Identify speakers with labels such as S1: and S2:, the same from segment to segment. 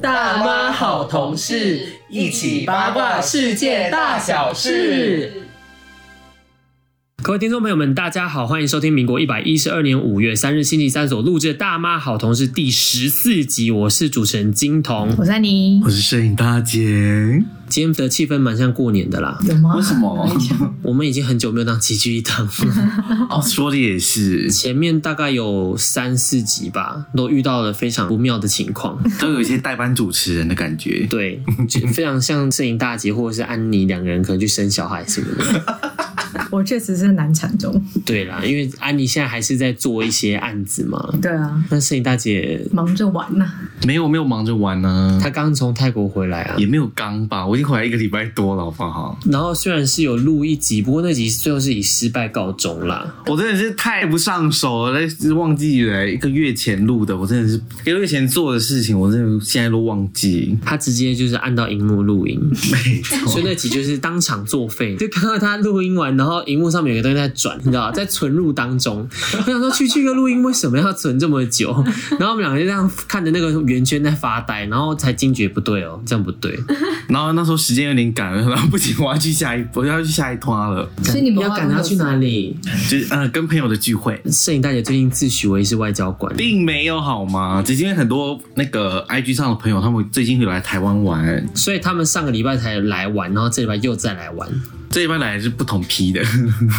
S1: 大妈好同事，一起八卦世界大小事。
S2: 各位听众朋友们，大家好，欢迎收听民国一百一十二年五月三日星期三所录制的《大妈好同事》第十四集，我是主持人金童。
S3: 我在你
S4: 我是摄影大姐，
S2: 今天的气氛蛮像过年的啦，
S3: 有吗？
S4: 么？
S2: 我们已经很久没有当齐聚一堂了，
S4: 哦，说的也是，
S2: 前面大概有三四集吧，都遇到了非常不妙的情况，
S4: 都有一些代班主持人的感觉。
S2: 对，就非常像摄影大姐或者是安妮两个人可能去生小孩什么的。
S3: 我确实是难产中。
S2: 对啦，因为安妮现在还是在做一些案子嘛。
S3: 对啊，
S2: 那摄影大姐
S3: 忙着玩呐、
S4: 没有没有忙着玩呢、
S2: 她刚从泰国回来啊
S4: 也，没有刚吧，我已经回来一个礼拜多了，好不好？
S2: 然后虽然是有录一集，不过那集最后是以失败告终啦。
S4: 我真的是太不上手了，忘记了一个月前录的，我真的是一个月前做的事情，我真的现在都忘记。
S2: 她直接就是按到荧幕录音，
S4: 没
S2: 所
S4: 错
S2: 以，那集就是当场作废。就看到她录音完，然后荧幕上面有个东西在转，你知道，在存入当中。我想说，区区一个录音为什么要存这么久？然后我们两个就这样看着那个圆圈在发呆，然后才惊觉不对哦，这样不对。
S4: 然后那时候时间有点赶了，然后不行，我要去下一，我要去下一趟了，
S3: 所以你们
S2: 要赶她去哪？里？
S4: 就是嗯、呃跟朋友的聚会。
S2: 摄影大姐最近自诩为是外交官，
S4: 并没有好吗？只是因为很多那个 IG 上的朋友，他们最近有来台湾玩，
S2: 所以他们上个礼拜才来玩，然后这礼拜又再来玩。
S4: 这一般来是不同批的。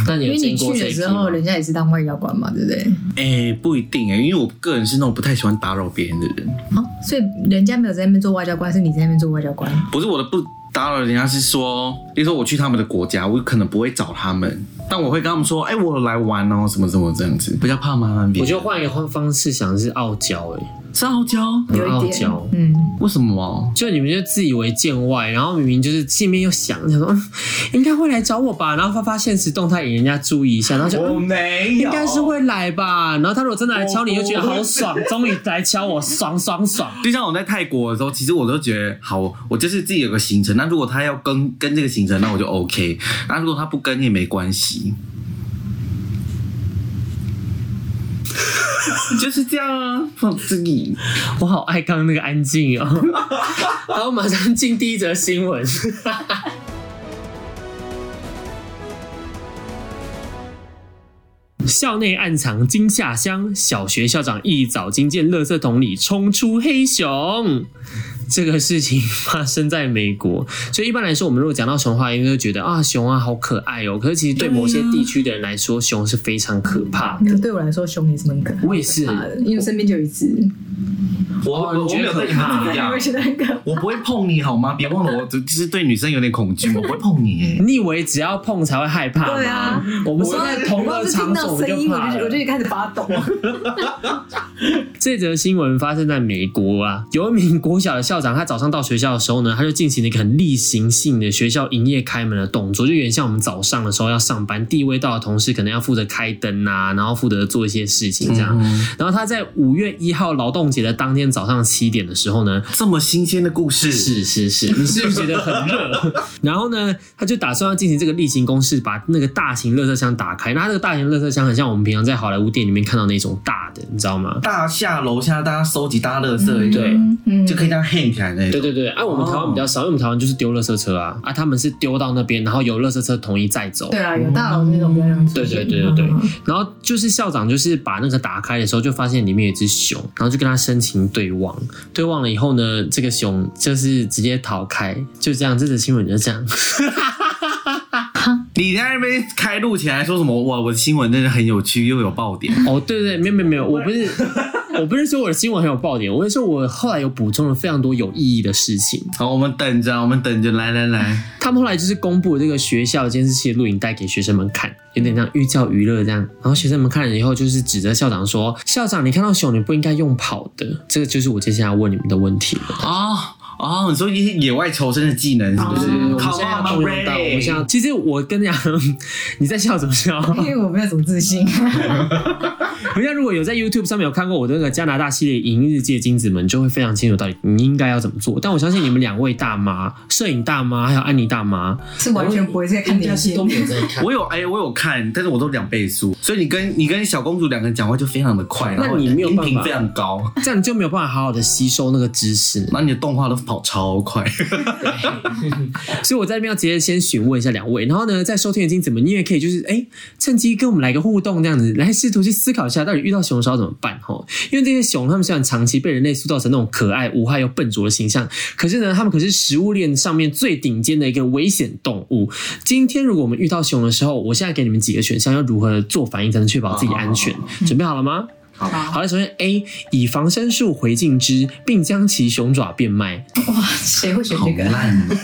S2: 但你
S3: 因
S2: 有
S3: 为
S2: 见
S3: 你
S2: 过
S3: 去
S2: 这
S3: 的
S2: 一批
S3: 时
S2: 吗
S3: 候，？人家也是当外交官嘛，对不对？
S4: 哎、不一定哎、因为我个人是那种不太喜欢打扰别人的人，
S3: 哦，所以人家没有在那边做外交官，是你在那边做外交官。
S4: 不是我的不打扰人家是说，比如说我去他们的国家，我可能不会找他们，但我会跟他们说，哎、我有来玩哦、什么什么这样子，比较怕麻烦别
S2: 我
S4: 人。
S2: 就换一个方方式想是傲娇哎、
S4: 是傲娇，
S2: 欸，
S3: 有
S2: 很
S3: 一
S2: 傲
S3: 点
S2: 娇。
S3: 嗯，
S4: 为什么？
S2: 就你们就自以为见外，然后明明就是心里面又想想说，嗯， 应该会来找我吧，然后发发现实动态引人家注意一下，然后就、嗯、
S4: 没
S2: 应该是。会来吧，然后他如果真的来敲你，
S4: 我
S2: 又觉得
S4: 不
S2: 好 爽，终于来敲我，爽爽爽。
S4: 就像我在泰国的时候，其实我都觉得好，我就是自己有个行程。那如果他要跟跟这个行程，那我就 OK。那如果他不跟也没关系， 就是这样啊，放自己。
S2: 我好爱刚刚那个安静 哦。然后马上进第一则新闻。校内暗藏惊吓箱，小学校长一早惊见垃圾桶里冲出黑熊。这个事情发生在美国，所以一般来说，我们如果讲到熊的话，应该会觉得啊，熊啊好可爱哦。可是其实对某些地区的人来说，熊是非常可怕的。
S3: 可对我来说，熊也是蛮可爱的
S2: 我也是
S3: 啊因为身边就有一只，
S4: 我
S2: 哦你觉得可怕
S4: 们
S3: 我觉得很可爱。
S4: 我不会碰你好吗？别 忘了，我只是对女生有点恐惧，我不会碰你、欸。
S2: 你以为只要碰才会害怕吗？
S3: 对啊，
S2: 我们是在同一
S3: 我
S2: 个
S3: 是
S2: 场
S3: 听
S2: 所
S3: 到声音，
S2: 就
S3: 我
S2: 怕
S3: 就我
S2: 了
S3: 就。开始发抖。
S2: 这则新闻发生在美国啊，有一名国小的校长，他早上到学校的时候呢，他就进行了一个很例行性的学校营业开门的动作，就有点像我们早上的时候要上班，地位到的同事可能要负责开灯啊，然后负责做一些事情这样。
S4: 嗯
S2: 然后他在五月一号劳动节的当天早上七点的时候呢，
S4: 这么新鲜的故事，
S2: 是是是，你是不是觉得很热？然后呢，他就打算要进行这个例行公事，把那个大型垃圾箱打开。那他这个大型垃圾箱很像我们平常在好莱坞电影里面看到那种大的，你知道吗？
S4: 大厦楼下大家收集大家垃圾、欸，
S2: 对
S3: 嗯
S4: 就可以这样 hang 起来那
S2: 对
S4: 种。
S2: 对对，啊，我们台湾比较少，因为我们台湾就是丢垃圾车啊，啊，他们是丢到那边，然后由垃圾车统一载走。
S3: 对啊，有大佬那种比较容易出
S2: 对
S3: 现。
S2: 对对对对
S3: 嗯，
S2: 然后就是校长就是把那个打开的时候，就发现里面有一只熊，然后就跟他深情对望，对望了以后呢，这个熊就是直接逃开，就这样，这则新闻就这样。
S4: 你在那边开路前还说什么？哇，我的新闻真的很有趣，又有 爆点。
S2: 哦，对对，没有没有没有，我不是我不是说我的新闻很有爆点，我是说我后来有补充了非常多有意义的事情。
S4: 好，我们等着，我们等着，来来来，
S2: 他们后来就是公布这个学校监视器的录影带给学生们看，有点像寓教于乐这样。然后学生们看了以后，就是指责校长说：“校长，你看到熊，你不应该用跑的。”这个就是我接下来要问你们的问题了。
S4: 啊、哦，你说一些野外求生的技能是不是？
S2: 我们
S4: 好
S2: 现在
S4: 啊
S2: 要动用到，我们现在要其实我跟你讲， 你在笑什么笑？
S3: 因为我没有什么自 信。
S2: 人家如果有在 YouTube 上面有看过我的那个加拿大系列《银日界金子们》，就会非常清楚到底你应该要怎么做。但我相信你们两位大妈、摄影大妈还有安妮大妈，
S3: 是完全不会在看
S1: 应该
S3: 电视
S1: 是都。没有在看。
S4: 我有哎、我有看，但是我都两倍速，所以你跟你跟小公主两个人讲话就非常的快，
S2: 那
S4: 然后
S2: 你没有
S4: 音
S2: 办
S4: 频
S2: 法
S4: 非常高，
S2: 这样你就没有办法好好的吸收那个知识。
S4: 然后你的动画都跑超快。
S2: 所以我在这边要直接先询问一下两位，然后呢，在收听的金子们，你也可以就是哎、诶趁机跟我们来个互动，这样子来试图去思考一下，到底遇到熊的时候要怎么办吼？因为这些熊，它们虽然长期被人类塑造成那种可爱、无害又笨拙的形象，可是呢，它们可是食物链上面最顶尖的一个危险动物。今天如果我们遇到熊的时候，我现在给你们几个选项，要如何做反应才能确保自己安全？准备好了吗？
S4: 好
S2: 好了，首先 A 以防身术回敬之，并将其熊爪变卖。
S3: 哇，谁会选
S4: 好
S3: 这个？
S4: 烂哦，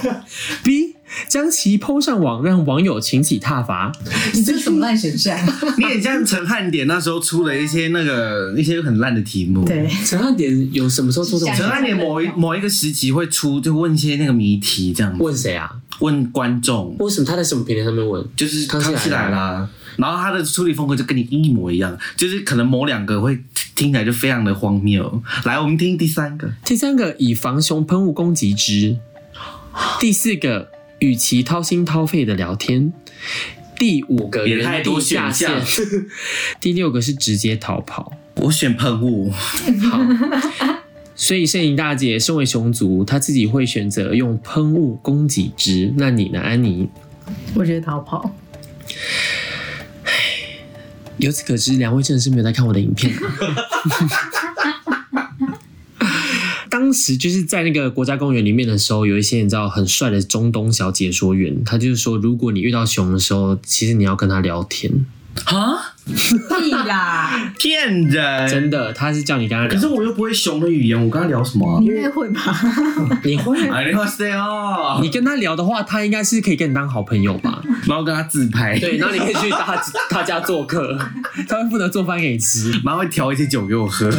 S2: B 将其抛上网，让网友群起挞伐。
S3: 你这是什么烂选项？
S4: 你很像陈汉典那时候出了一些那个一些很烂的题 目。
S3: 对，
S2: 陈汉典有什么时候做这种
S4: 陈
S2: 事？
S4: 汉典某一某一个时期会出，就问一些那个谜题这样，问
S2: 问谁啊？
S4: 问观众，
S2: 为什么他在什么平台上面问？
S4: 就是
S2: 康
S4: 康
S2: 熙
S4: 熙
S2: 来
S4: 来啦。然后他的处理风格就跟你一模一样，就是可能某两个会听起来就非常的荒谬。来，我们听第三个，
S2: 第三个，以防熊喷雾攻击之。第四个，与其掏心掏肺的聊天。第五个，
S4: 也太多
S2: 原地下
S4: 选项
S2: 线。 第六个是直接逃跑。
S4: 我选喷雾，
S2: 好。所以摄影大姐身为熊族，她自己会选择用喷雾攻击之。那你呢，安妮？
S3: 我觉得逃跑。
S2: 由此可知，两位真的是没有在看我的影 片。当时就是在那个国家公园里面的时候，有一些你知道很帅的中东小解说员，他就是说，如果你遇到熊的时候，其实你要跟他聊天，
S4: 啊，
S3: 屁啦，
S4: 骗人！
S2: 真的，他是叫你跟他
S4: 哎可是
S2: 聊。
S4: 我又不会熊的语言，我跟他聊什么、 啊
S3: 你？应该会吧？
S2: 你会，
S4: 哎呦塞哦！
S2: 你跟他聊的话，他应该是可以跟你当好朋友 吧？
S4: 然后跟他自拍，
S2: 对，然后你可以去他他家做 客，他会负责做饭给你吃。
S4: 然后会调一些酒给我喝。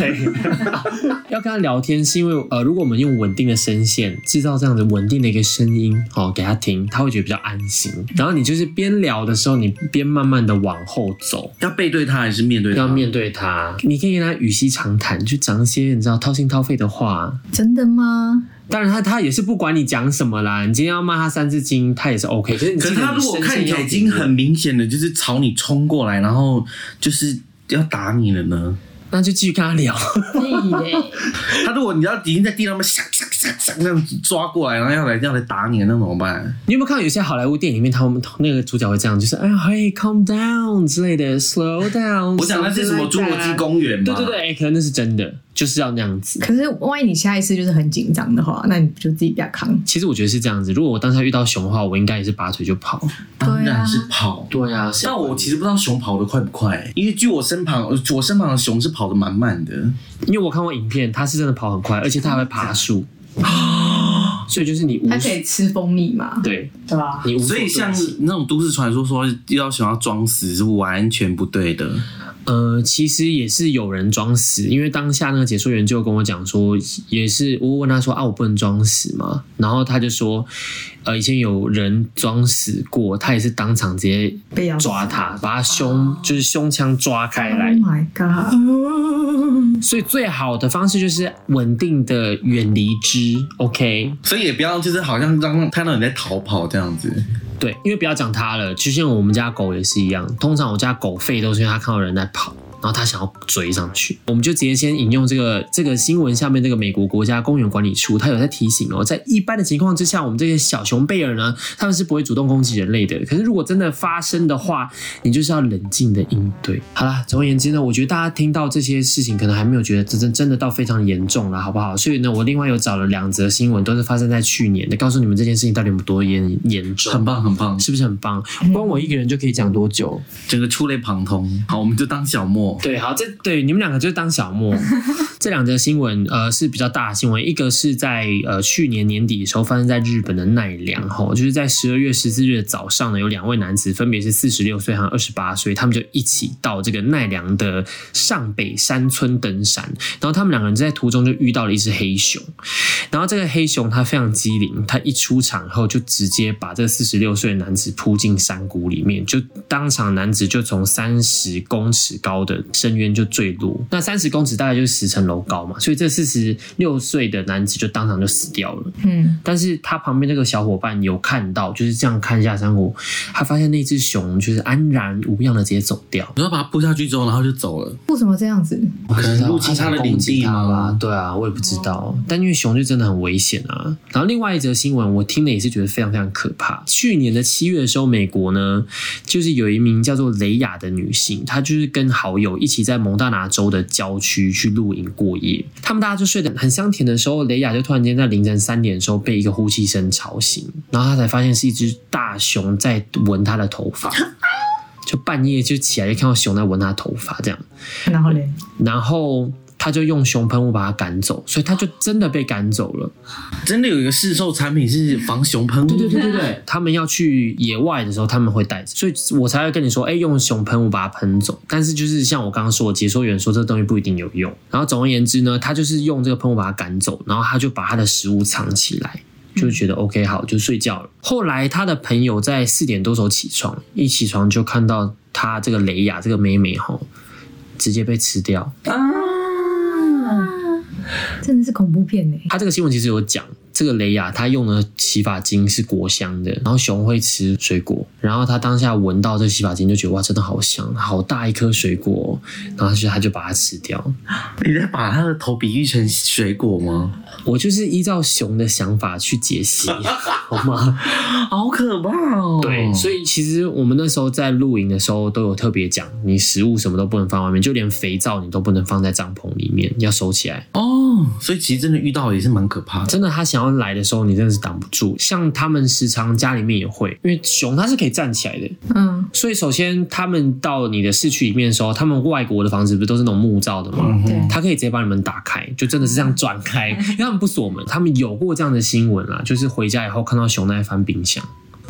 S2: 要跟他聊天，是因为呃，如果我们用稳定的声线制造这样子稳定的一个声音，哦，给他听，他会觉得比较安心。然后你就是边聊的时候，你边慢慢的往后走，
S4: 要背对他还是面对啊他？
S2: 要面对他，你可以跟他语气长谈，就讲一些你知道掏心掏肺的话。
S3: 真的吗？
S2: 当然他，他也是不管你讲什么啦，你今天要骂他三字经，他也是 OK。可是你
S4: 可
S2: 记
S4: 是
S2: 得
S4: 他
S2: 你
S4: 如果
S2: 声线
S4: 看起来
S2: 要
S4: 已经
S2: 平稳
S4: 很明显的就是朝你冲过来，然后就是要打你了呢？
S2: 那就继续跟他聊。
S3: 屁耶！
S4: 他如果你要已经在地上面响响响响那样子抓过来，然后要来要来打你了，那怎么办？
S2: 你有没有看到有些好莱坞电影里面，他们那个主角会这样，就是哎呀，Hey calm down 之类的，slow down。
S4: 我想那是什么侏罗纪公园吗？
S2: 对对对，哎、可能那是真的，就是要那样子。
S3: 可是万一你下一次就是很紧张的话，那你不就自己给他扛？
S2: 其实我觉得是这样子，如果我当下遇到熊的话，我应该也是拔腿就跑。
S4: 当然是跑。
S2: 对啊，
S4: 但我其实不知道熊跑得快不快、因为据我身旁，呃我身旁的熊是跑得蛮慢的。
S2: 因为我看过影片，它是真的跑很快，而且它还会爬树，
S4: 哦
S2: 所以就是你无
S3: 他可以吃蜂蜜嘛？
S2: 对
S3: 对啊吧？
S2: 你无
S4: 所以像那种都市传说说要想要装死是完全不对的。
S2: 呃，其实也是有人装死，因为当下那个解说员就跟我讲说，也是我问他说啊，我不能装死嘛，然后他就说，呃，以前有人装死过，他也是当场直接
S3: 被咬死
S2: 抓他，把他胸、就是胸腔抓开
S3: Oh
S2: 来，
S3: my god！
S2: 所以最好的方式就是稳定的远离之，OK？
S4: 所以也不要就是好像让看到你在逃跑这样子。
S2: 对，因为不要讲它了，就像我们家狗也是一样，通常我家狗吠都是因为它看到人在跑。然后它想要追上去，我们就直接先引用这个这个新闻下面这个美国国家公园管理处，它有在提醒哦，在一般的情况之下，我们这些小熊贝尔呢，它们是不会主动攻击人类的。可是如果真的发生的话，你就是要冷静的应对。好啦，总而言之呢，我觉得大家听到这些事情，可能还没有觉得真真真的到非常严重了，好不好？所以呢，我另外有找了两则新闻，都是发生在去年的，告诉你们这件事情到底有多严严重。
S4: 很棒很棒，
S2: 是不是很棒？光我一个人就可以讲多久？
S4: 整个触类旁通。好，我们就当小莫。
S2: 对，好，这对你们两个就是当小莫，这两则新闻呃是比较大的新闻，一个是在呃去年年底的时候发生在日本的奈良吼，就是在十二月十四日的早上呢，有两位男子分别是四十六岁和二十八岁，他们就一起到这个奈良的上北山村登山，然后他们两个人在途中就遇到了一只黑熊，然后这个黑熊它非常机灵，它一出场后就直接把这四十六岁的男子扑进山谷里面，就当场男子就从三十公尺高的深渊就坠落。那三十公尺大概就是十层楼高嘛，所以这四十六岁的男子就当场就死掉了。
S3: 嗯，
S2: 但是他旁边那个小伙伴有看到，就是这样看下山谷，他发现那只熊就是安然无恙的直接走掉。
S4: 我说把它扑下去之后，然后就走了。
S3: 为什么这样子？
S4: 可能入侵它的领地
S2: 吗？
S4: 吗？哦
S2: 对啊，我也不知道。但因为熊就真的很危险啊。然后另外一则新闻，我听了也是觉得非常非常可怕。去年的七月的时候，美国呢，就是有一名叫做雷雅的女性，她就是跟好友一起在蒙大拿州的郊区去露营过夜。他们大家就睡得很香甜的时候，雷雅就突然间在凌晨三点的时候被一个呼气声吵醒，然后她才发现是一只大熊在闻她的头发。 就半夜就起来，就看到熊在闻她头发，这样。
S3: 然后嘞，
S2: 然后他就用熊喷雾把他赶走，所以他就真的被赶走了。
S4: 真的有一个市售产品是防熊喷雾，对对对对对，
S2: 他们要去野外的时候，他们会带着，所以我才会跟你说，哎，用熊喷雾把它喷走。但是就是像我刚刚说的，解说员说这东西不一定有用。然后总而言之呢，他就是用这个喷雾把它赶走，然后他就把他的食物藏起来。就觉得 OK 好，就睡觉了。后来他的朋友在四点多时候起床，一起床就看到他这个雷雅这个妹妹吼，直接被吃掉。
S3: 真的是恐怖片呢、
S2: 他这个新闻其实有讲，这个雷雅他用的洗发精是果香的，然后熊会吃水果，然后他当下闻到这洗发精就觉得哇，真的好香，好大一颗水果、哦，然后就他就把它吃掉。
S4: 你在把它的头比喻成水果吗？
S2: 我就是依照熊的想法去解析，好吗？
S4: 好可怕哦！
S2: 对，所
S4: 以
S2: 以其实我们那时候在露营的时候都有特别讲，你食物什么都不能放外面，就连肥皂你都不能放在帐篷里面，要收起来。
S4: 哦，所以其实真的遇到也是蛮可怕的。
S2: 真的，他想要来的时候，你真的是挡不住。像他们时常家里面也会，因为熊它是可以站起来的，
S3: 嗯，
S2: 所以首先他们到你的市区里面的时候，他们外国的房子不是都是那种木造的吗？
S4: 嗯哼
S3: 对，
S2: 他可以直接把你们打开，就真的是这样转 开，因为他们不锁门。他们有过这样的新闻啦，就是回家以后看到熊在翻冰 箱。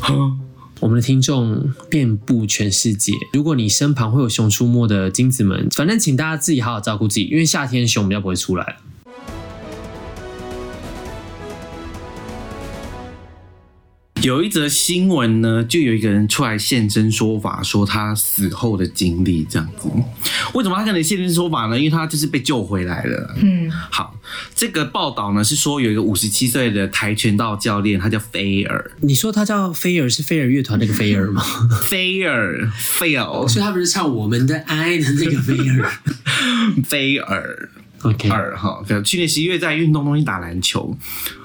S4: 嗯
S2: 我们的听众遍布全世界，如果你身旁会有熊出没的精子们，反正请大家自己好好照顾自己，因为夏天熊比较不会出来了。
S4: 有一则新闻呢，就有一个人出来现身说法，说他死后的经历这样子。为什么他可能现身说法呢？因为他就是被救回来了。
S3: 嗯，
S4: 好，这个报道呢是说有一个五十七岁的跆拳道教练，他叫菲尔，
S2: 你说他叫菲尔是菲尔乐团那个菲尔吗？
S4: 菲尔，菲尔，
S2: 哦所以他不是唱《我们的爱》的那个菲尔
S4: 菲尔。
S2: ？OK，
S4: 二哈，可去年十一月在运动中心打篮球，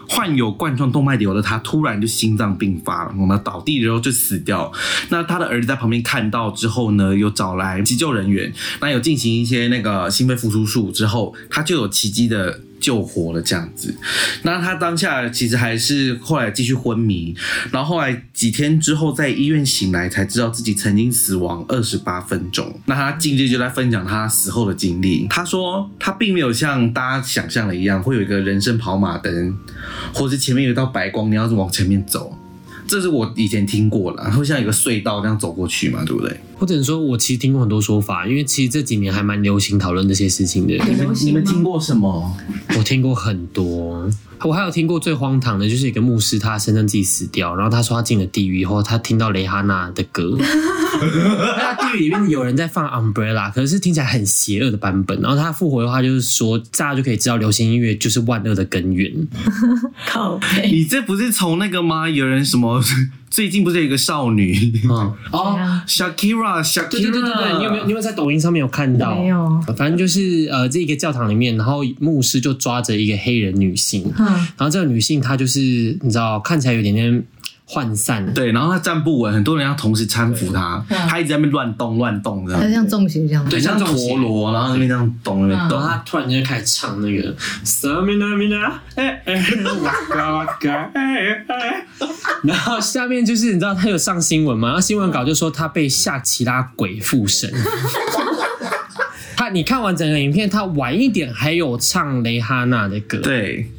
S4: 患有冠状动脉瘤的他突然就心脏病发了，那倒地之后就死掉。那他的儿子在旁边看到之后呢，有找来急救人员，那有进行一些那个心肺复苏术之后，他就有奇迹的。救活了这样子，那他当下其实还是后来继续昏迷，然后后来几天之后在医院醒来，才知道自己曾经死亡二十八分钟。那他近日就在分享他死后的经历。他说，他并没有像大家想象的一样，会有一个人生跑马灯，或是前面有一道白光，你要往前面走。这是我以前听过了，会像一个隧道这样走过去嘛，对不对？
S2: 或者说，我其实听过很多说法，因为其实这几年还蛮流行讨论这些事情的。
S3: 有流
S4: 你
S3: 行
S4: 们听
S3: 吗？
S4: 过什么？
S2: 我听过很多，我还有听过最荒唐的，就是一个牧师他先生自己死掉，然后他说他进了地狱以后，他听到雷哈娜的歌， 那地狱里面有人在放 Umbrella，可是听起来很邪恶的版本。然后他复活的话，就是说大家就可以知道流行音乐就是万恶的根源。
S3: 靠背，
S4: 你这不是从那个吗？有人什么？ 最近不是有一个少女
S2: 嗯，
S4: 哦
S3: 啊
S4: ，Shakira，Shakira，
S2: 对对对对对，你有没有你有没有在抖音上面有看到？
S3: 没有，
S2: 反正就是呃，这个教堂里面，然后牧师就抓着一个黑人女性，
S3: 嗯，
S2: 然后这个女性她就是你知道看起来有点点涣散，
S4: 对，然后他站不稳，很多人要同时搀扶他，
S3: 嗯
S4: 他一直在那边乱动乱动这样
S3: 他，
S2: 嗯
S3: 像中邪这样，
S2: 对
S4: 很像陀螺，然后那边这样动那边
S2: 然后
S4: 动。
S2: 她突然间就开始唱那个 Samina Mina，哎哎哇嘎哇嘎哎哎，然后下面就是你知道她有上新闻嘛，然后新闻稿就说她被夏奇拉鬼附身。她他你看完整个影片，他晚一点还有唱蕾哈娜的歌，，
S4: 对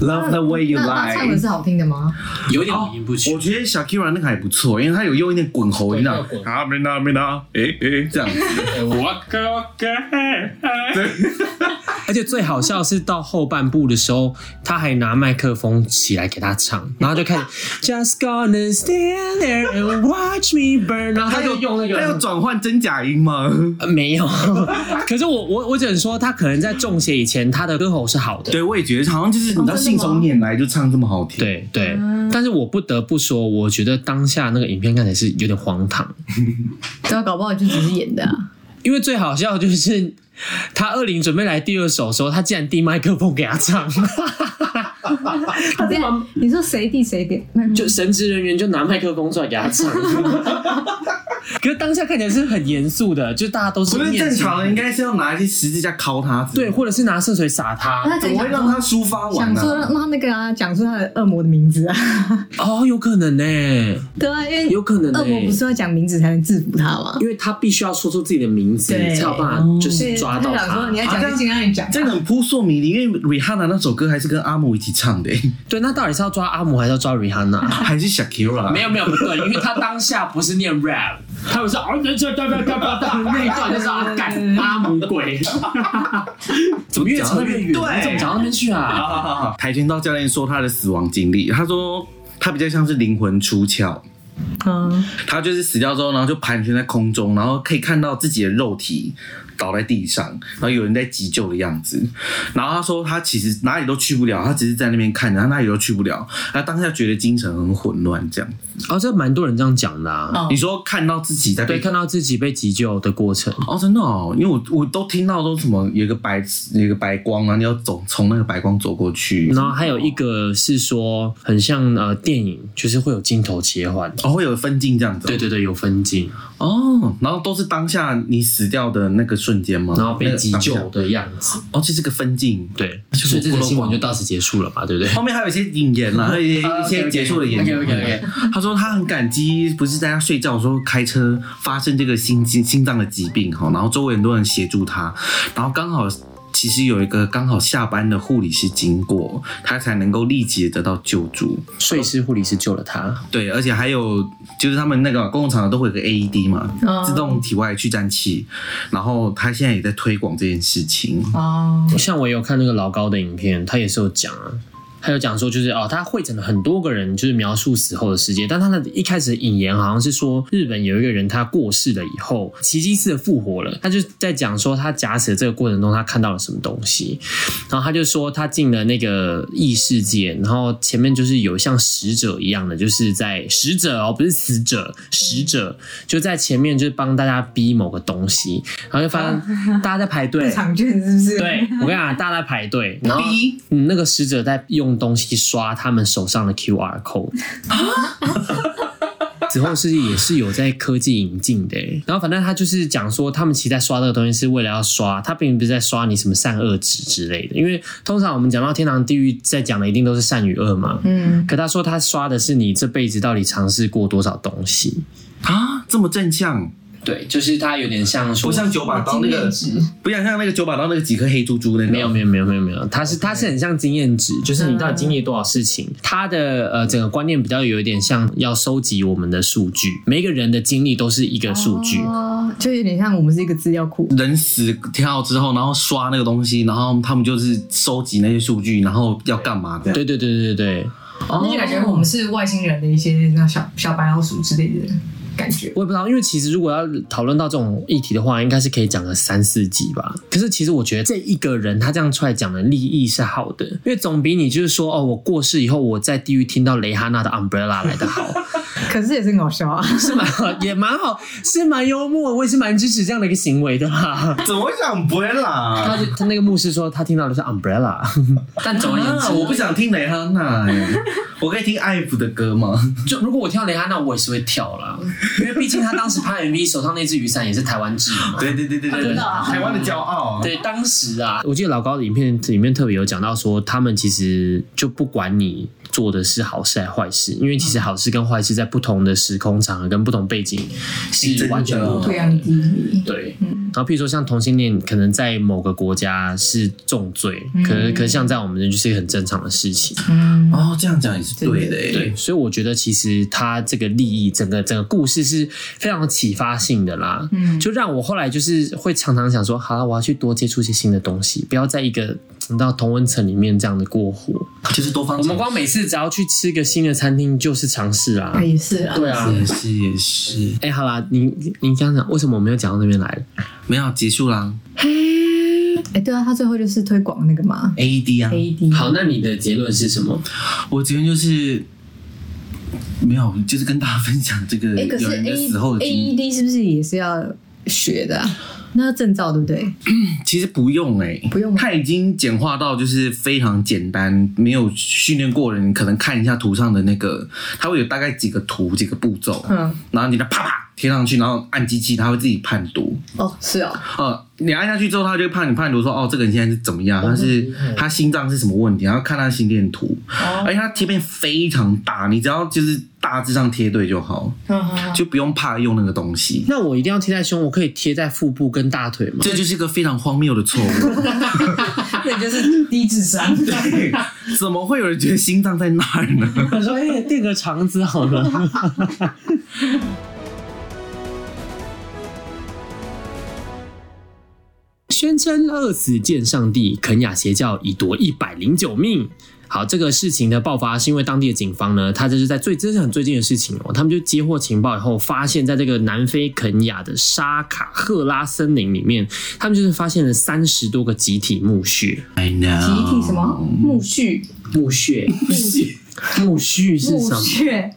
S4: ，Love the way you
S3: 那那唱的
S4: lie。
S3: 是好听的吗？
S2: 有点迷不
S4: 我觉得小 Kira 那个还不错，因为他有用一点滚喉，你知道
S2: 对那个，滚
S4: 啊没啦没啦，诶诶这样子，
S2: 我 而且最好笑是到后半部的时候，他还拿麦克风起来给他唱，然后就 开始 Just gonna stand there and watch me burn，然后 他就用那
S4: 他要
S2: 个。
S4: 转换真假音吗？
S2: 呃没 有，可是我我我只能说，他可能在中邪以前，他的歌喉是好的。
S4: 对，我也觉得好像就是你知
S3: 哦真的
S4: 道
S3: 吗
S4: 信手拈来就唱这么好听，，
S2: 对对，但是我不得不说，我觉得当下那个影片看起来是有点荒唐，
S3: 对啊，搞不好就只是演的啊。
S2: 因为最好笑的就是他二零准备来第二首的时候，他竟然递麦克风给他唱，
S3: 他这样，你说谁递谁点？那
S2: 就神职人员就拿麦克风出来给他 唱。可是当下看起来是很严肃的，就大家都是
S4: 不是
S2: 面
S4: 正
S2: 青
S4: 常的，应该是要拿一些十字架敲他之类
S2: 对，
S4: 的，
S2: 或者是拿圣水洒他。
S3: 他
S4: 怎么会让他抒发
S3: 想
S4: 完呢
S3: 说？让让他那个啊，讲出他的恶魔的名字啊。
S2: 哦，有可能呢、
S3: 对啊，因为
S2: 有可能呢、
S3: 恶魔不是要讲名字才能制服他吗？
S2: 因为他必须要说出自己的名字，
S3: 对
S2: 才有办
S4: 哦
S2: 法就是抓到
S3: 他想说你要讲就尽量让你讲。
S4: 这个很扑朔迷离，因为 Rihanna 那首歌还是跟阿姆一起唱的、 欸
S2: 对，那到底是要抓阿姆还是要抓 Rihanna？
S4: 还是 Shakira？
S2: 没有没有不对，因为他当下不是念 rap，他们是啊这这这这这这那一段就是啊干阿姆 鬼，怎么越扯越远？
S4: 对
S2: 你怎么讲到那边去啊？
S4: 跆拳道教练说他的死亡经历，他说他比较像是灵魂出窍，
S3: 嗯，
S4: 他就是死掉之后，然后就盘旋在空中，然后可以看到自己的肉体倒在地上，然后有人在急救的样子。然后他说他其实哪里都去不了，他只是在那边看着，他哪里都去不了。他当下觉得精神很混乱，这样。
S2: 哦，这蛮多人这样讲的啊。
S3: 哦
S4: 你说看到自己在
S2: 对，
S4: 被。
S2: 看到自己被急救的过程，
S4: 哦，真的哦，因为我我都听到都什么有一个白有一个白光啊，然后你要走从那个白光走过去，
S2: 然后还有一个是说，很像呃电影，就是会有镜头切换。
S4: 哦会有分镜这样子哦、
S2: 对对对，有分镜，
S4: 哦，然后都是当下你死掉的那个瞬间吗？
S2: 然后
S4: 哦那
S2: 被
S4: 个
S2: 急
S4: 当下
S2: 救，的样子。
S4: 哦，这是个分镜。
S2: 对，所以这个新闻就到此结束了嘛，对不对？
S4: 后面还有一些引言啦，还 有一些
S2: 啊
S4: 一些
S2: OK，OK，
S4: 结束的言。嗯
S2: OK，OK，OK
S4: 他说他很感激，不是在他睡觉的时候开车发生这个心心心脏的疾病哈，然后周围很多人协助他，然后刚好其实有一个刚好下班的护理师经过，他才能够立即地得到救助。
S2: 睡师护理师救了他。
S4: 对，而且还有就是他们那个公共场合都会有个 AED 嘛，
S3: 哦
S4: 自动体外去颤器，然后他现在也在推广这件事情。
S3: 哦，
S2: 像我有看那个老高的影片，他也是有讲啊，他有讲说就是哦，他会诊了很多个人，就是描述死后的世界，但他的一开始的引言好像是说日本有一个人他过世了以后，奇迹似的复活了，他就在讲说他假死的这个过程中他看到了什么东西，然后他就说他进了那个异世界，然后前面就是有像使者一样的，就是在使者哦，不是死者，使者就在前面就是帮大家逼某个东西，然后就发现大家在排队
S3: 入，场券是不是？
S2: 对，我跟你讲，大家在排队，然后
S4: 逼
S2: 嗯那个使者在用东西刷他们手上的 QR code。子后世纪也是有在科技引进的欸、然后反正他就是讲说，他们其实在刷这个东西是为了要刷，他并不是在刷你什么善恶值之类的，因为通常我们讲到天堂地狱，在讲的一定都是善与恶嘛。
S3: 嗯，
S2: 可他说他刷的是你这辈子到底尝试过多少东西。
S4: 啊，这么正向，
S2: 对，就是他有点像说
S4: 不像九把刀那个，不像像那个九把刀那个几颗黑珠珠那个，
S2: 没有没有嗯没有没有没有，它是它是很像经验值，就是你到底经历多少事情，它的呃整个观念比较有一点像要收集我们的数据，每一个人的经历都是一个数据。
S3: 哦就有点像我们是一个资料库。
S4: 人死跳之后，然后刷那个东西，然后他们就是收集那些数据，然后要干嘛这样。
S2: 对对对对对对，
S3: 那就感觉我们是外星人的一些那小小白老鼠之类的感觉。
S2: 我也不知道，因为其实如果要讨论到这种议题的话，应该是可以讲个三四集吧。可是其实我觉得这一个人他这样出来讲的利益是好的，因为总比你就是说哦，我过世以后我在地狱听到雷哈娜的 Umbrella 来的好。
S3: 可是也是很搞笑啊，
S2: 是蛮好，也蛮好，是蛮幽默，我也是蛮支持这样的一个行为的啦。
S4: 怎么会想不会啦？
S2: 他就他那个牧师说，他听到的是 umbrella，但 总而言之，
S4: 啊，我不想听蕾哈娜、欸，我可以听艾弗的歌吗？
S2: 就如果我跳蕾哈娜，我也是会跳啦， 因为毕竟他当时拍 MV 手上那只雨伞也是台湾制的嘛。
S4: 对对对对对，
S3: 真的啊
S4: 台湾的骄傲。
S2: 对，当时啊，我记得老高的影片里面特别有讲到说，他们其实就不管你做的是好事还是坏事，因为其实好事跟坏事在不同的时空场合跟不同背景是完全不
S4: 真
S2: 同
S4: 的
S3: 不一样的
S2: 的。
S3: 记忆。
S2: 对，然后譬如说像同性恋，可能在某个国家是重罪，可能
S3: 嗯
S2: 可能像在我们这就是一个很正常的事情。
S3: 嗯，
S4: 哦，这样讲也是对的诶。哎
S2: 对，所以我觉得其实他这个利益，整个整个故事是非常启发性的啦。
S3: 嗯
S2: 就让我后来就是会常常想说，好了，我要去多接触一些新的东西，不要在一个你知道同温层里面这样的过活。
S4: 就是多方
S2: 我们
S4: 尝
S2: 光每次只要去吃个新的餐厅，就是尝试啦。
S3: 也是啊，
S2: 对啊
S4: 试，也是也是，
S2: 哎、好啦，您您刚讲为什么我没有讲到那边来了？
S4: 没有结束啦
S3: 哎，对啊，他最后就是推广那个嘛
S4: ，AED 啊，
S3: ，AD，
S1: 好，那你的结论是什么？
S4: 我昨天就是没有，就是跟大家分享这个
S3: 哎，可
S4: 有
S3: 是
S4: 人
S3: A
S4: 的死后的经历，
S3: AED 是不是也是要学的啊？那要证照对不对？
S4: 其实不用哎、
S3: 不用吗啊
S4: 它已经简化到就是非常简单，没有训练过的人可能看一下图上的那个，它会有大概几个图几个步骤，
S3: 嗯，
S4: 然后你再啪啪贴上去，然后按机器，它会自己判读。
S3: 哦，是哦，
S4: 呃，你按下去之后，它就会判你判读说，哦，这个人现在是怎么样，他是他心脏是什么问题，然后看他心电图，而且它贴片非常大，你只要就是大致上贴对就好，就不用怕用那个东西。
S2: 那我一定要贴在胸，我可以贴在腹部跟大腿吗？
S4: 这就是一个非常荒谬的错误，
S3: 那就是低智商。
S4: 怎么会有人觉得心脏在那儿呢？
S2: 我说，哎、垫个肠子好了。 宣称二次见上帝，肯雅邪教已夺一百零九命。好，这个事情的爆发是因为当地的警方呢，他这是在最这是很最近的事情哦，他们就接获情报以后，发现在这个南非肯雅的沙卡赫拉森林里面，他们就是发现了三十多个集体墓穴。
S4: I know，
S3: 集体什
S2: 啊
S3: 么
S2: 嗯
S3: 墓穴？
S2: 墓穴，墓穴是什
S3: 墓
S2: 么？
S3: 穴？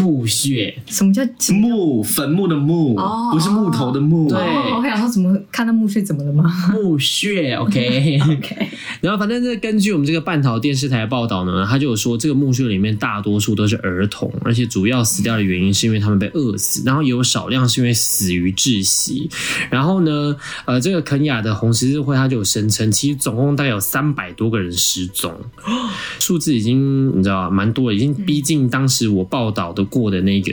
S2: 墓穴。
S3: 什么叫什么？
S4: 墓，坟墓的墓，
S3: 哦
S4: 不是木头的木。啊
S2: 对
S3: 哦， 我想说怎么看到墓穴怎么了吗？
S2: 墓穴，OK。
S3: OK，
S2: 然后反正这根据我们这个半岛电视台的报道呢，他就有说这个墓穴里面大多数都是儿童，而且主要死掉的原因是因为他们被饿死，然后也有少量是因为死于窒息。然后呢，呃，这个肯雅的红十字会他就有声称，其实总共大概有三百多个人失踪，数字已经你知道蛮多了，已经逼近当时我报道的过的那个。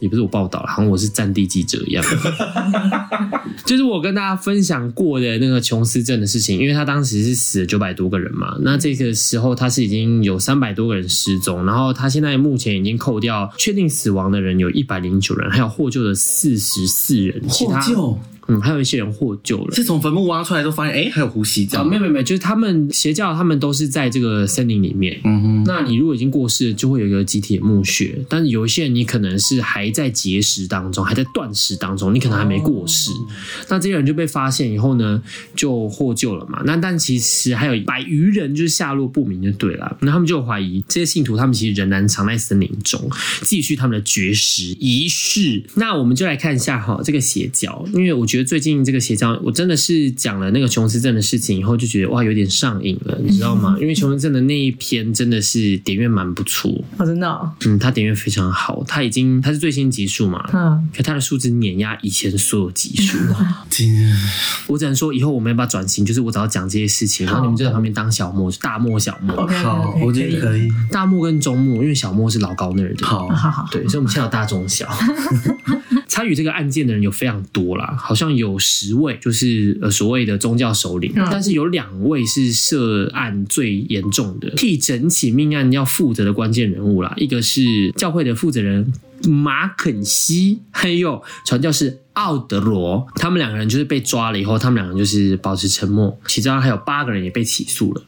S2: 也不是我报道，好像我是战地记者一样。 就是我跟大家分享过的那个琼斯镇的事情，因为他当时是死了九百多个人嘛，那这个时候他是已经有三百多个人失踪，然后他现在目前已经扣掉确定死亡的人有一百零九人，还有获救的四十四人，其
S4: 获
S2: 他
S4: 救
S2: 嗯还有一些人获救了。
S4: 是从坟墓挖出来之后发现，哎，还有呼吸这
S2: 啊，
S4: 样。
S2: 没有没有没有，就是他们邪教，他们都是在这个森林里面。
S4: 嗯哼，
S2: 那你如果已经过世，就会有一个集体的墓穴。但是有一些人，你可能是还在节食当中，还在断食当中，你可能还没过世。那这些人就被发现以后呢，就获救了嘛。那但其实还有百余人就是下落不明，就对了。那他们就怀疑这些信徒，他们其实仍然藏在森林中，继续他们的绝食仪式。那我们就来看一下哈，这个邪教，因为我觉得最近这个邪教，我真的是讲了那个琼斯镇的事情以后，就觉得哇，有点上瘾了，你知道吗？因为琼斯镇的那一篇真的是点阅蛮不错，
S3: 哦，真的哦，
S2: 嗯，它点阅非常好，它已经它是最新集数嘛。
S3: 嗯，
S2: 可它的数字碾压以前所有集数，啊
S4: 今
S2: 我只能说以后我没办法转型，就是我只要讲这些事情，然后你们就在旁边当小莫，就大莫小莫，
S3: OK，OK，OK
S4: 好，我觉得可以。
S2: 大莫跟中莫，因为小莫是老高那儿的，
S4: 好
S3: 啊好，好好，
S2: 对，所以我们现在有大中 小。参与这个案件的人有非常多啦，好像有十位，就是呃所谓的宗教首领，
S3: 嗯
S2: 但是有两位是涉案最严重的，替整起命案要负责的关键人物啦，一个是教会的负责人马肯西，还有传教士。奥德罗，他们两个人就是被抓了以后，他们两个人就是保持沉默。其中还有八个人也被起诉了。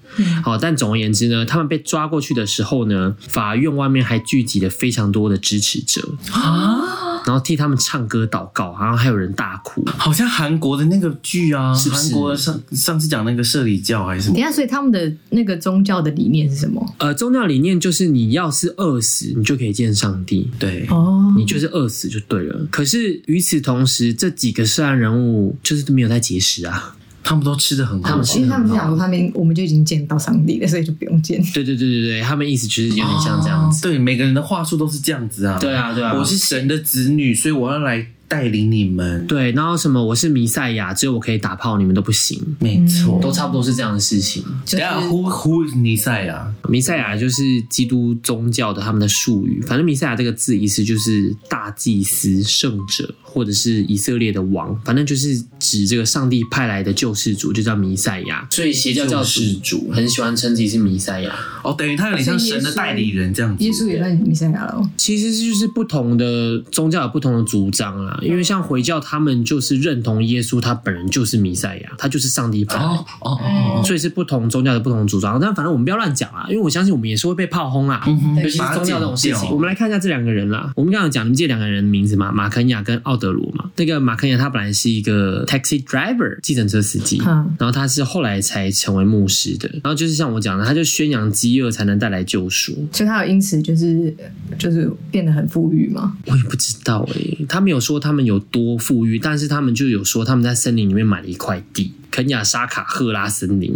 S2: 好，但总而言之呢，他们被抓过去的时候呢，法院外面还聚集了非常多的支持者啊，然后替他们唱歌祷告，然后还有人大哭。
S4: 好像韩国的那个剧啊，
S2: 是不
S4: 韩
S2: 是
S4: 国上上次讲那个社里教还是什
S3: 等
S4: 么
S3: 一下，所以他们的那个宗教的理念是什么？
S2: 呃，宗教理念就是你要是饿死，你就可以见上帝。
S4: 对，
S3: 哦
S2: 你就是饿死就对了。可是与此同时，这几个涉案人物就是都没有在节食啊。
S4: 他们都吃的很好，
S2: 他们
S3: 其实他们是想说，他们我们就已经见到上帝了，所以就不用 见。
S2: 对对对对对，他们意思就是有点像这样子。
S4: 哦对，每个人的话术都是这样子啊。
S2: 对啊对啊
S4: 我是神的子女，所以我要来带领你们，
S2: 对，然后什么我是弥赛亚，只有我可以打炮，你们都不行，
S4: 没错。
S2: 嗯
S4: 啊
S2: 都差不多是这样的事情。
S3: 就是
S4: 等一下呼呼尼赛亚，
S2: 弥赛亚就是基督宗教的他们的术语，反正弥赛亚这个字意思就是大祭司、圣者，或者是以色列的王，反正就是指这个上帝派来的救世主，就叫弥赛亚。所以邪教教
S4: 救世主
S2: 很喜欢称自己是弥赛亚，
S4: 哦，等于他有点像神的代理人这样子
S3: 耶。稣也在弥赛亚了哦，
S2: 其实就是不同的宗教有不同的主张啦。因为像回教，他们就是认同耶稣他本人就是弥赛亚，他就是上帝派来的。
S4: 哦哦哦哦，
S2: 所以是不同宗教的不同主张，但反正我们不要乱讲啊，因为我相信我们也是会被炮轰啊，
S4: 嗯哼
S2: 尤其是宗教这种事
S4: 把它剪
S2: 情。
S4: 掉
S2: 我们来看一下这两个人啦，我们刚刚有讲，你们记得两个人的名字吗？马肯雅跟奥德罗嘛。那个马肯雅他本来是一个 taxi driver 计程车司机，
S3: 嗯
S2: 然后他是后来才成为牧师的。然后就是像我讲的，他就宣扬饥饿才能带来救赎。
S3: 所以他有因此就是就是变得很富裕嘛，
S2: 我也不知道诶、他没有说他们有多富裕，但是他们就有说他们在森林里面买了一块地，肯雅沙卡赫拉森林。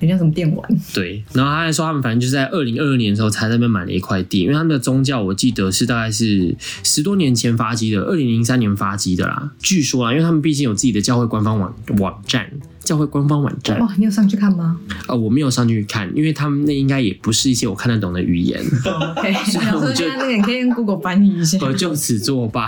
S3: 很像什么电玩，
S2: 对，然后他还说他们反正就是在二零二二年的时候才在那边买了一块地，因为他们的宗教我记得是大概是十多年前发迹的，二零零三年发迹的啦。据说啊，因为他们毕竟有自己的教会官方网网站，教会官方网站啊、
S3: 哇，哦你有上去看 吗
S2: 呃我没有上去看，因为他们那应该也不是一些我看得懂的语言。
S3: ？OK，然后
S2: 啊我就
S3: 现在那个你可以用 Google 翻译一下。
S2: 我就此作罢。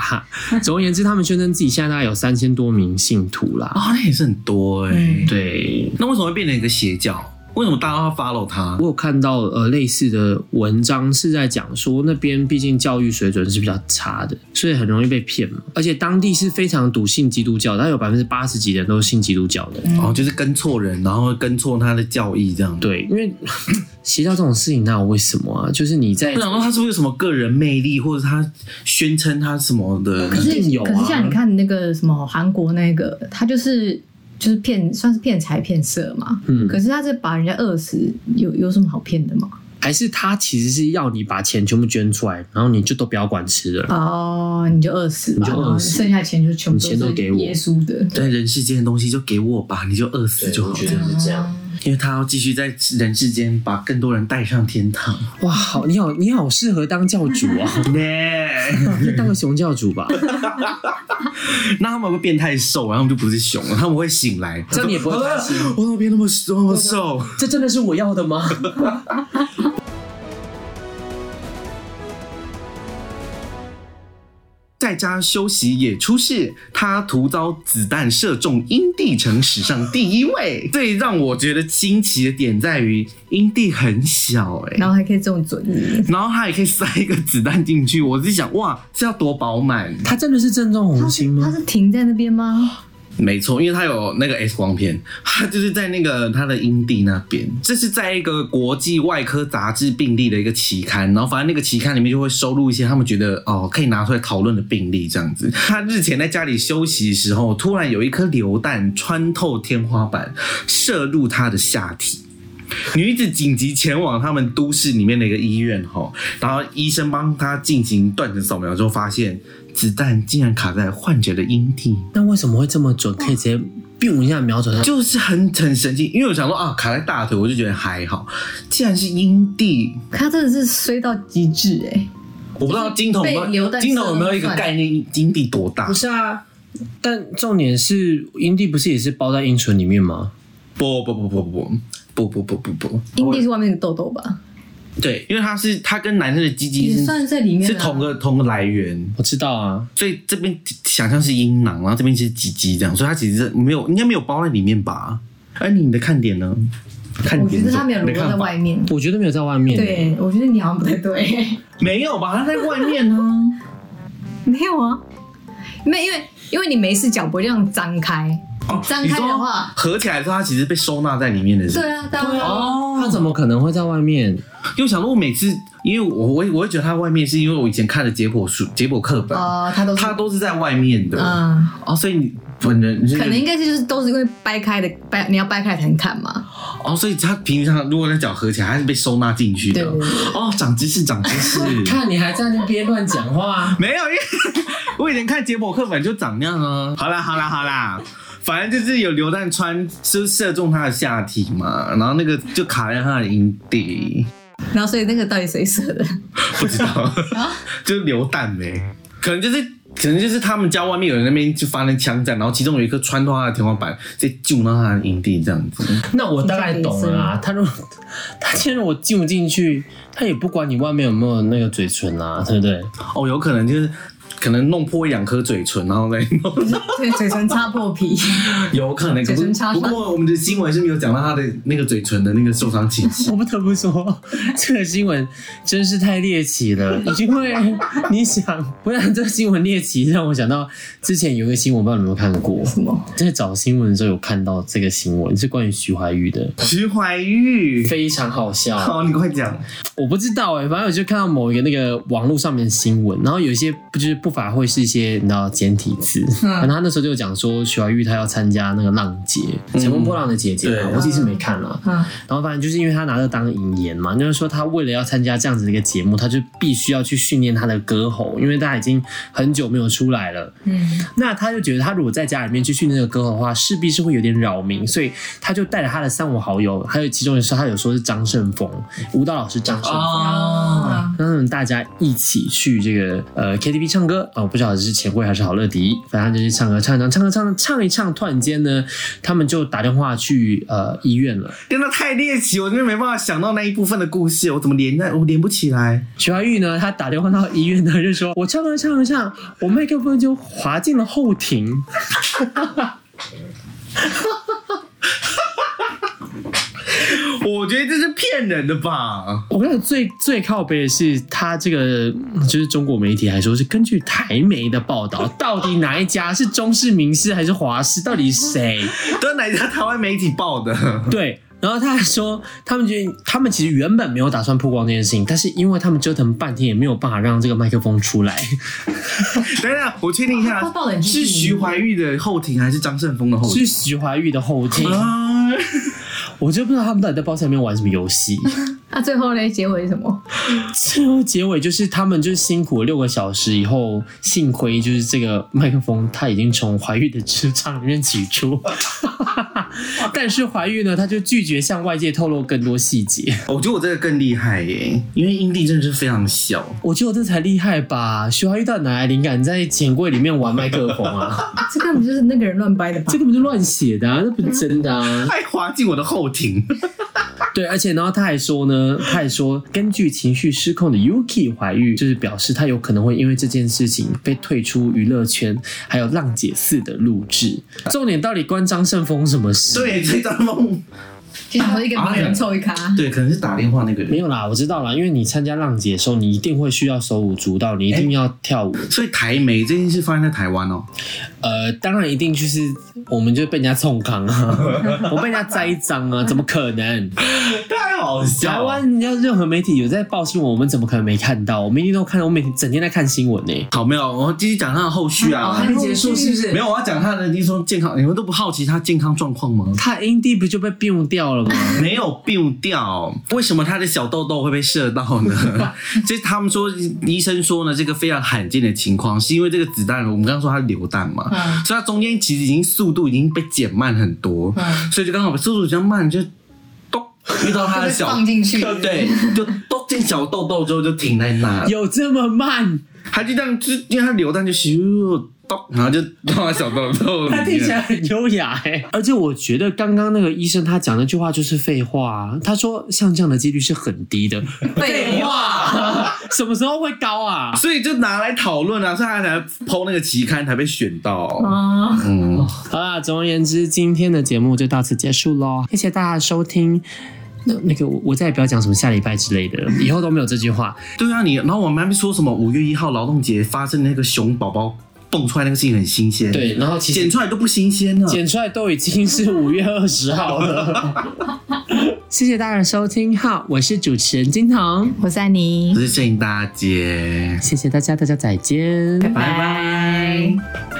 S2: 总而言之，他们宣称自己现在大概有三千多名信徒啦。
S4: 啊，那也是很多哎、
S3: 嗯
S2: 对，
S4: 那为什么会变成一个邪教？为什么大家要 follow 他？
S2: 我有看到呃类似的文章是在讲说，那边毕竟教育水准是比较差的，所以很容易被骗嘛。而且当地是非常笃信基督教的，但有百分之八十几的人都是信基督教的。
S4: 哦，就是跟错人，然后跟错他的教义这样。，
S2: 对，因为嗯邪教这种事情，那为什么啊？就是你在
S4: 不然的话哎他是不是有什么个人魅力，或者他宣称他什么的？
S3: 可
S2: 一定
S3: 是
S2: 有啊
S3: 可是像你看那个什么韩国那个，他就是就是骗，算是骗财骗色嘛。
S2: 嗯，
S3: 可是他是把人家饿死，有有什么好骗的吗？
S2: 还是他其实是要你把钱全部捐出来，然后你就都不要管吃的了。
S3: 哦，你就饿死吧，
S2: 你就饿死
S3: 然后剩下钱就全部
S2: 你钱都
S3: 是
S2: 给我
S3: 耶稣的。
S4: 对人世间的东西就给我吧，你就饿死就好
S2: 我觉得
S4: 了，
S2: 是这样。
S4: 因为他要继续在人世间把更多人带上天堂。
S2: 哇，好，你好，你好，适合当教主 啊！你当个熊教主吧，
S4: 那他们会变太瘦，啊然后他们就不是熊了，他们会醒来， 啊
S2: 这样你也不会担心。
S4: 我怎么变那么瘦？那么瘦？
S2: 这真的是我要的吗？
S4: 在家休息也出事，他徒遭子弹射中英帝城史上第一位。最让我觉得惊奇的点在于，英帝很小哎、
S3: 然后还可以这么准，
S4: 然后他也可以塞一个子弹进去，我是想哇，是要多饱满？
S2: 他真的是正中红
S3: 他
S2: 心
S3: 是他
S2: 吗？
S3: 是停在那边吗？
S4: 没错，因为他有那个 X 光片，他就是在那个他的阴蒂那边。这是在一个国际外科杂志病例的一个期刊，然后反正那个期刊里面就会收录一些他们觉得哦可以拿出来讨论的病例这样子。他日前在家里休息的时候，突然有一颗流弹穿透天花板，射入他的下体。女子紧急前往他们都市里面的一个医院，吼，然后医生帮她进行断层扫描之后，发现子弹竟然卡在患者的阴蒂。
S2: 那为什么会这么准？可以直接 biu 一下瞄准他？
S4: 就是很很神奇，因为我想说啊，卡在大腿，我就觉得还好。既然是阴蒂，
S3: 可他真的是衰到极致哎、
S2: 哦
S4: 我不知道金童
S3: 被
S4: 有没有
S3: 流弹射
S4: 金童有没有一个
S3: 算
S4: 概念，阴蒂多大
S2: 不？是啊，但重点是阴蒂不是也是包在阴唇里面吗？
S4: 不不不不不不不不不不，
S3: 阴蒂是外面的痘痘吧？
S4: 对，因为它是它跟男生的鸡鸡
S3: 也
S4: 是
S3: 算在里面、啊，
S4: 是同个同个来源，
S2: 我知道啊，
S4: 所以这边想象是阴囊，然后这边是鸡鸡这样，所以它其实是没有应该没有包在里面吧？而你的看点呢？看
S3: 我
S4: 点
S3: 觉
S4: 是
S3: 得他没有
S4: 你
S3: 裸露
S4: 的
S3: 在
S4: 看法
S3: 外面。
S2: 我觉得没有在外面。，
S3: 对，我觉得你好像不太对。
S4: 没有吧？它在外面 呢、
S3: 没有啊，没有因为因为你没事脚不会这样张开，
S4: 哦，
S3: 张开的话
S4: 你说合起来之后，它其实被收纳在里面的是不是。
S3: 对啊，当然啊，
S4: 哦
S2: 他怎么可能会在外面？
S4: 因为我想说，我每次因为我我我会觉得它外面是因为我以前看的解剖书解剖课本，
S3: 哦，他都是
S4: 它都是在外面的。
S3: 嗯，
S4: 哦，所以你本人
S3: 可能应该是就是都是因为掰开的掰，你要掰开才能看嘛。
S4: 哦，所以它平常如果那脚合起来，它是被收纳进去的。
S3: 对对对
S4: 哦，长知识，长知 识。
S2: 看你还在那边乱讲 话。啊
S4: 没有，因为我以前看解剖课本就长那样啊。好啦，好啦，好啦，反正就是有流弹穿，就是射中他的下体嘛，然后那个就卡在他的阴蒂，
S3: 然后所以那个到底谁射的？
S4: 啊 不知道，就是流弹呗、可能就是可能就是他们家外面有人那边就发生枪战，然后其中有一个穿透他的天花板，再进到他的营地这样子。
S2: 那我大概懂了啊。他如果 他既然我进不进去，他也不管你外面有没有那个嘴唇啦、对不对？
S4: 哦，有可能就是可能弄破一两颗嘴唇，然后 再弄。
S3: 对，嘴唇擦破皮，
S4: 有可 能，可
S3: 嘴唇
S4: 是
S3: 插
S4: 不
S3: 上
S4: 过我们的新闻是没有讲到他的那个嘴唇的那个受伤情 形。
S2: 我不得不说，这个新闻真是太猎奇 了，因为你想，我想这个新闻猎奇让我想到之前有一个新闻，不知道你有没有看过？
S3: 什么？
S2: 在找新闻的时候有看到这个新闻，是关于徐怀钰的，
S4: 徐怀钰，
S2: 非常好笑。
S4: 好，你快讲。
S2: 我不知道哎、反正我就看到某一个那个网络上面的新闻，然后有一些不就是不法会是一些你知道简体字，
S3: 嗯
S2: 然后他那时候就讲说徐怀钰她要参加那个浪姐，乘风破浪的姐姐嘛，
S4: 对
S2: 我其实没看啦。
S3: 嗯，
S2: 然后反正就是因为他拿这当引言嘛，就是说他为了要参加这样子的一个节目，他就必须要去训练他的歌喉，因为他已经很久没有出来了。
S3: 嗯，
S2: 那他就觉得他如果在家里面去训练这个歌喉的话，势必是会有点扰民，所以他就带着他的三五好友，还有其中一说他有说是张胜峰舞蹈老师张胜峰。
S1: 哦
S3: 啊，
S2: 让他们大家一起去这个呃 KTV 唱歌哦，不晓得是钱柜还是好乐迪，反正就是唱歌唱一唱，唱歌唱唱一唱，突然间呢，他们就打电话去呃医院了。
S4: 真的太猎奇，我真的没办法想到那一部分的故事，我怎么连在我连不起来？
S2: 徐怀钰呢，她打电话到医院呢，就说我唱着唱着唱，我麦克风就滑进了后庭。
S4: 我觉得这是骗人的吧？
S2: 我跟你讲，最最靠背的是，他这个就是中国媒体还说是根据台媒的报道，到底哪一家是中视、民视还是华视？到底谁？
S4: 都是哪一家台湾媒体报的？
S2: 对，然后他还说，他们觉得他们其实原本没有打算曝光这件事情，但是因为他们折腾半天也没有办法让这个麦克风出来，
S4: 等等，我确定一下
S3: 他报得，很
S4: 是
S3: 细
S4: 徐怀钰的后庭还是张胜峰的后庭？
S2: 是徐怀钰的后庭，
S4: 啊，
S2: 我就不知道他们到底在包厢里面玩什么游戏。
S3: 那最后嘞，结尾是什么？
S2: 最后结尾就是他们就是辛苦了六个小时以后，幸亏就是这个麦克风它已经从怀玉的职场里面取出， 但是怀玉呢，他就拒绝向外界透露更多细节。
S4: 我觉得我这个更厉害耶，因为英帝真的是非常小。
S2: 我觉得我这才厉害吧，徐怀玉到底哪来灵感在钱柜里面玩麦克风啊？
S3: 这根本就是那个人乱掰的吧
S2: 这？根本就乱写的啊，这不是真的啊。
S4: 还滑进我的后庭，
S2: 对，而且然后他还说呢，他还说，根据情绪失控的 Yuki 怀玉，就是表示他有可能会因为这件事情被退出娱乐圈，还有浪姐四的录制。重点到底关张胜峰什么事？，
S4: 对，这张梦，
S3: 就想说一个
S4: 啊
S3: 名人凑一咖，
S4: 对，可能是打电话那个
S2: 没
S4: 人。
S2: 有啦，我知道啦，因为你参加浪姐的时候，你一定会需要手舞足蹈，你一定要跳舞。
S4: 所以台媒这件事发生在台湾哦，
S2: 呃，当然一定就是我们就被人家冲康啊，我被人家栽赃啊，怎么可能？
S4: 太好笑
S2: 台湾人家任何媒体有在报新闻，我们怎么可能没看到？我们一定都看，我每天整天在看新闻呢、
S4: 好，没有，我继续讲他的后续
S3: 哦
S4: 啊。
S3: 还没结束是不是
S4: 没有，我要讲他的，你说健康，你们都不好奇他健康状况吗？
S2: 他阴蒂不就被病掉了吗？
S4: 没有病掉，为什么他的小痘痘会被射到 呢？就是他们说，医生说呢，这个非常罕见的情况，是因为这个子弹，我们刚刚说它流弹嘛，
S3: 嗯
S4: 所以它中间其实已经速度已经被减慢很多，
S3: 嗯
S4: 所以就刚好速度比较慢，就咚遇到他的
S3: 就
S4: 小
S3: 放进去，
S4: 对，就咚进小痘痘之后就停在 那，
S2: 有这么慢？
S4: 他就这样，就因为它流弹就咻咚，然后就到他小痘痘 里面。
S2: 他听起来很优雅哎、而且我觉得刚刚那个医生他讲那句话就是废话、啊，他说像这样的几率是很低 的，
S3: 废话，
S2: 什么时候会高啊？
S4: 所以就拿来讨论啊，所以他才剖那个期刊才被选到。
S3: 啊，
S4: 嗯，
S2: 好啦，总而言之，今天的节目就到此结束喽，谢谢大家的收听。那那个我我再也不要讲什么下礼拜之类的了，以后都没有这句话。
S4: 对啊，你然后我们还没说什么五月一号劳动节发生的那个熊宝宝蹦出来那个事情很新鲜，
S2: 对，，然后其实
S4: 剪出来都不新鲜了。
S2: 剪出来都已经是五月二十号了。谢谢大家的收听，好，我是主持人金童，
S3: 我是安妮
S4: 我，是郑大姐。
S2: 谢谢大家，大家再见，
S3: 拜拜。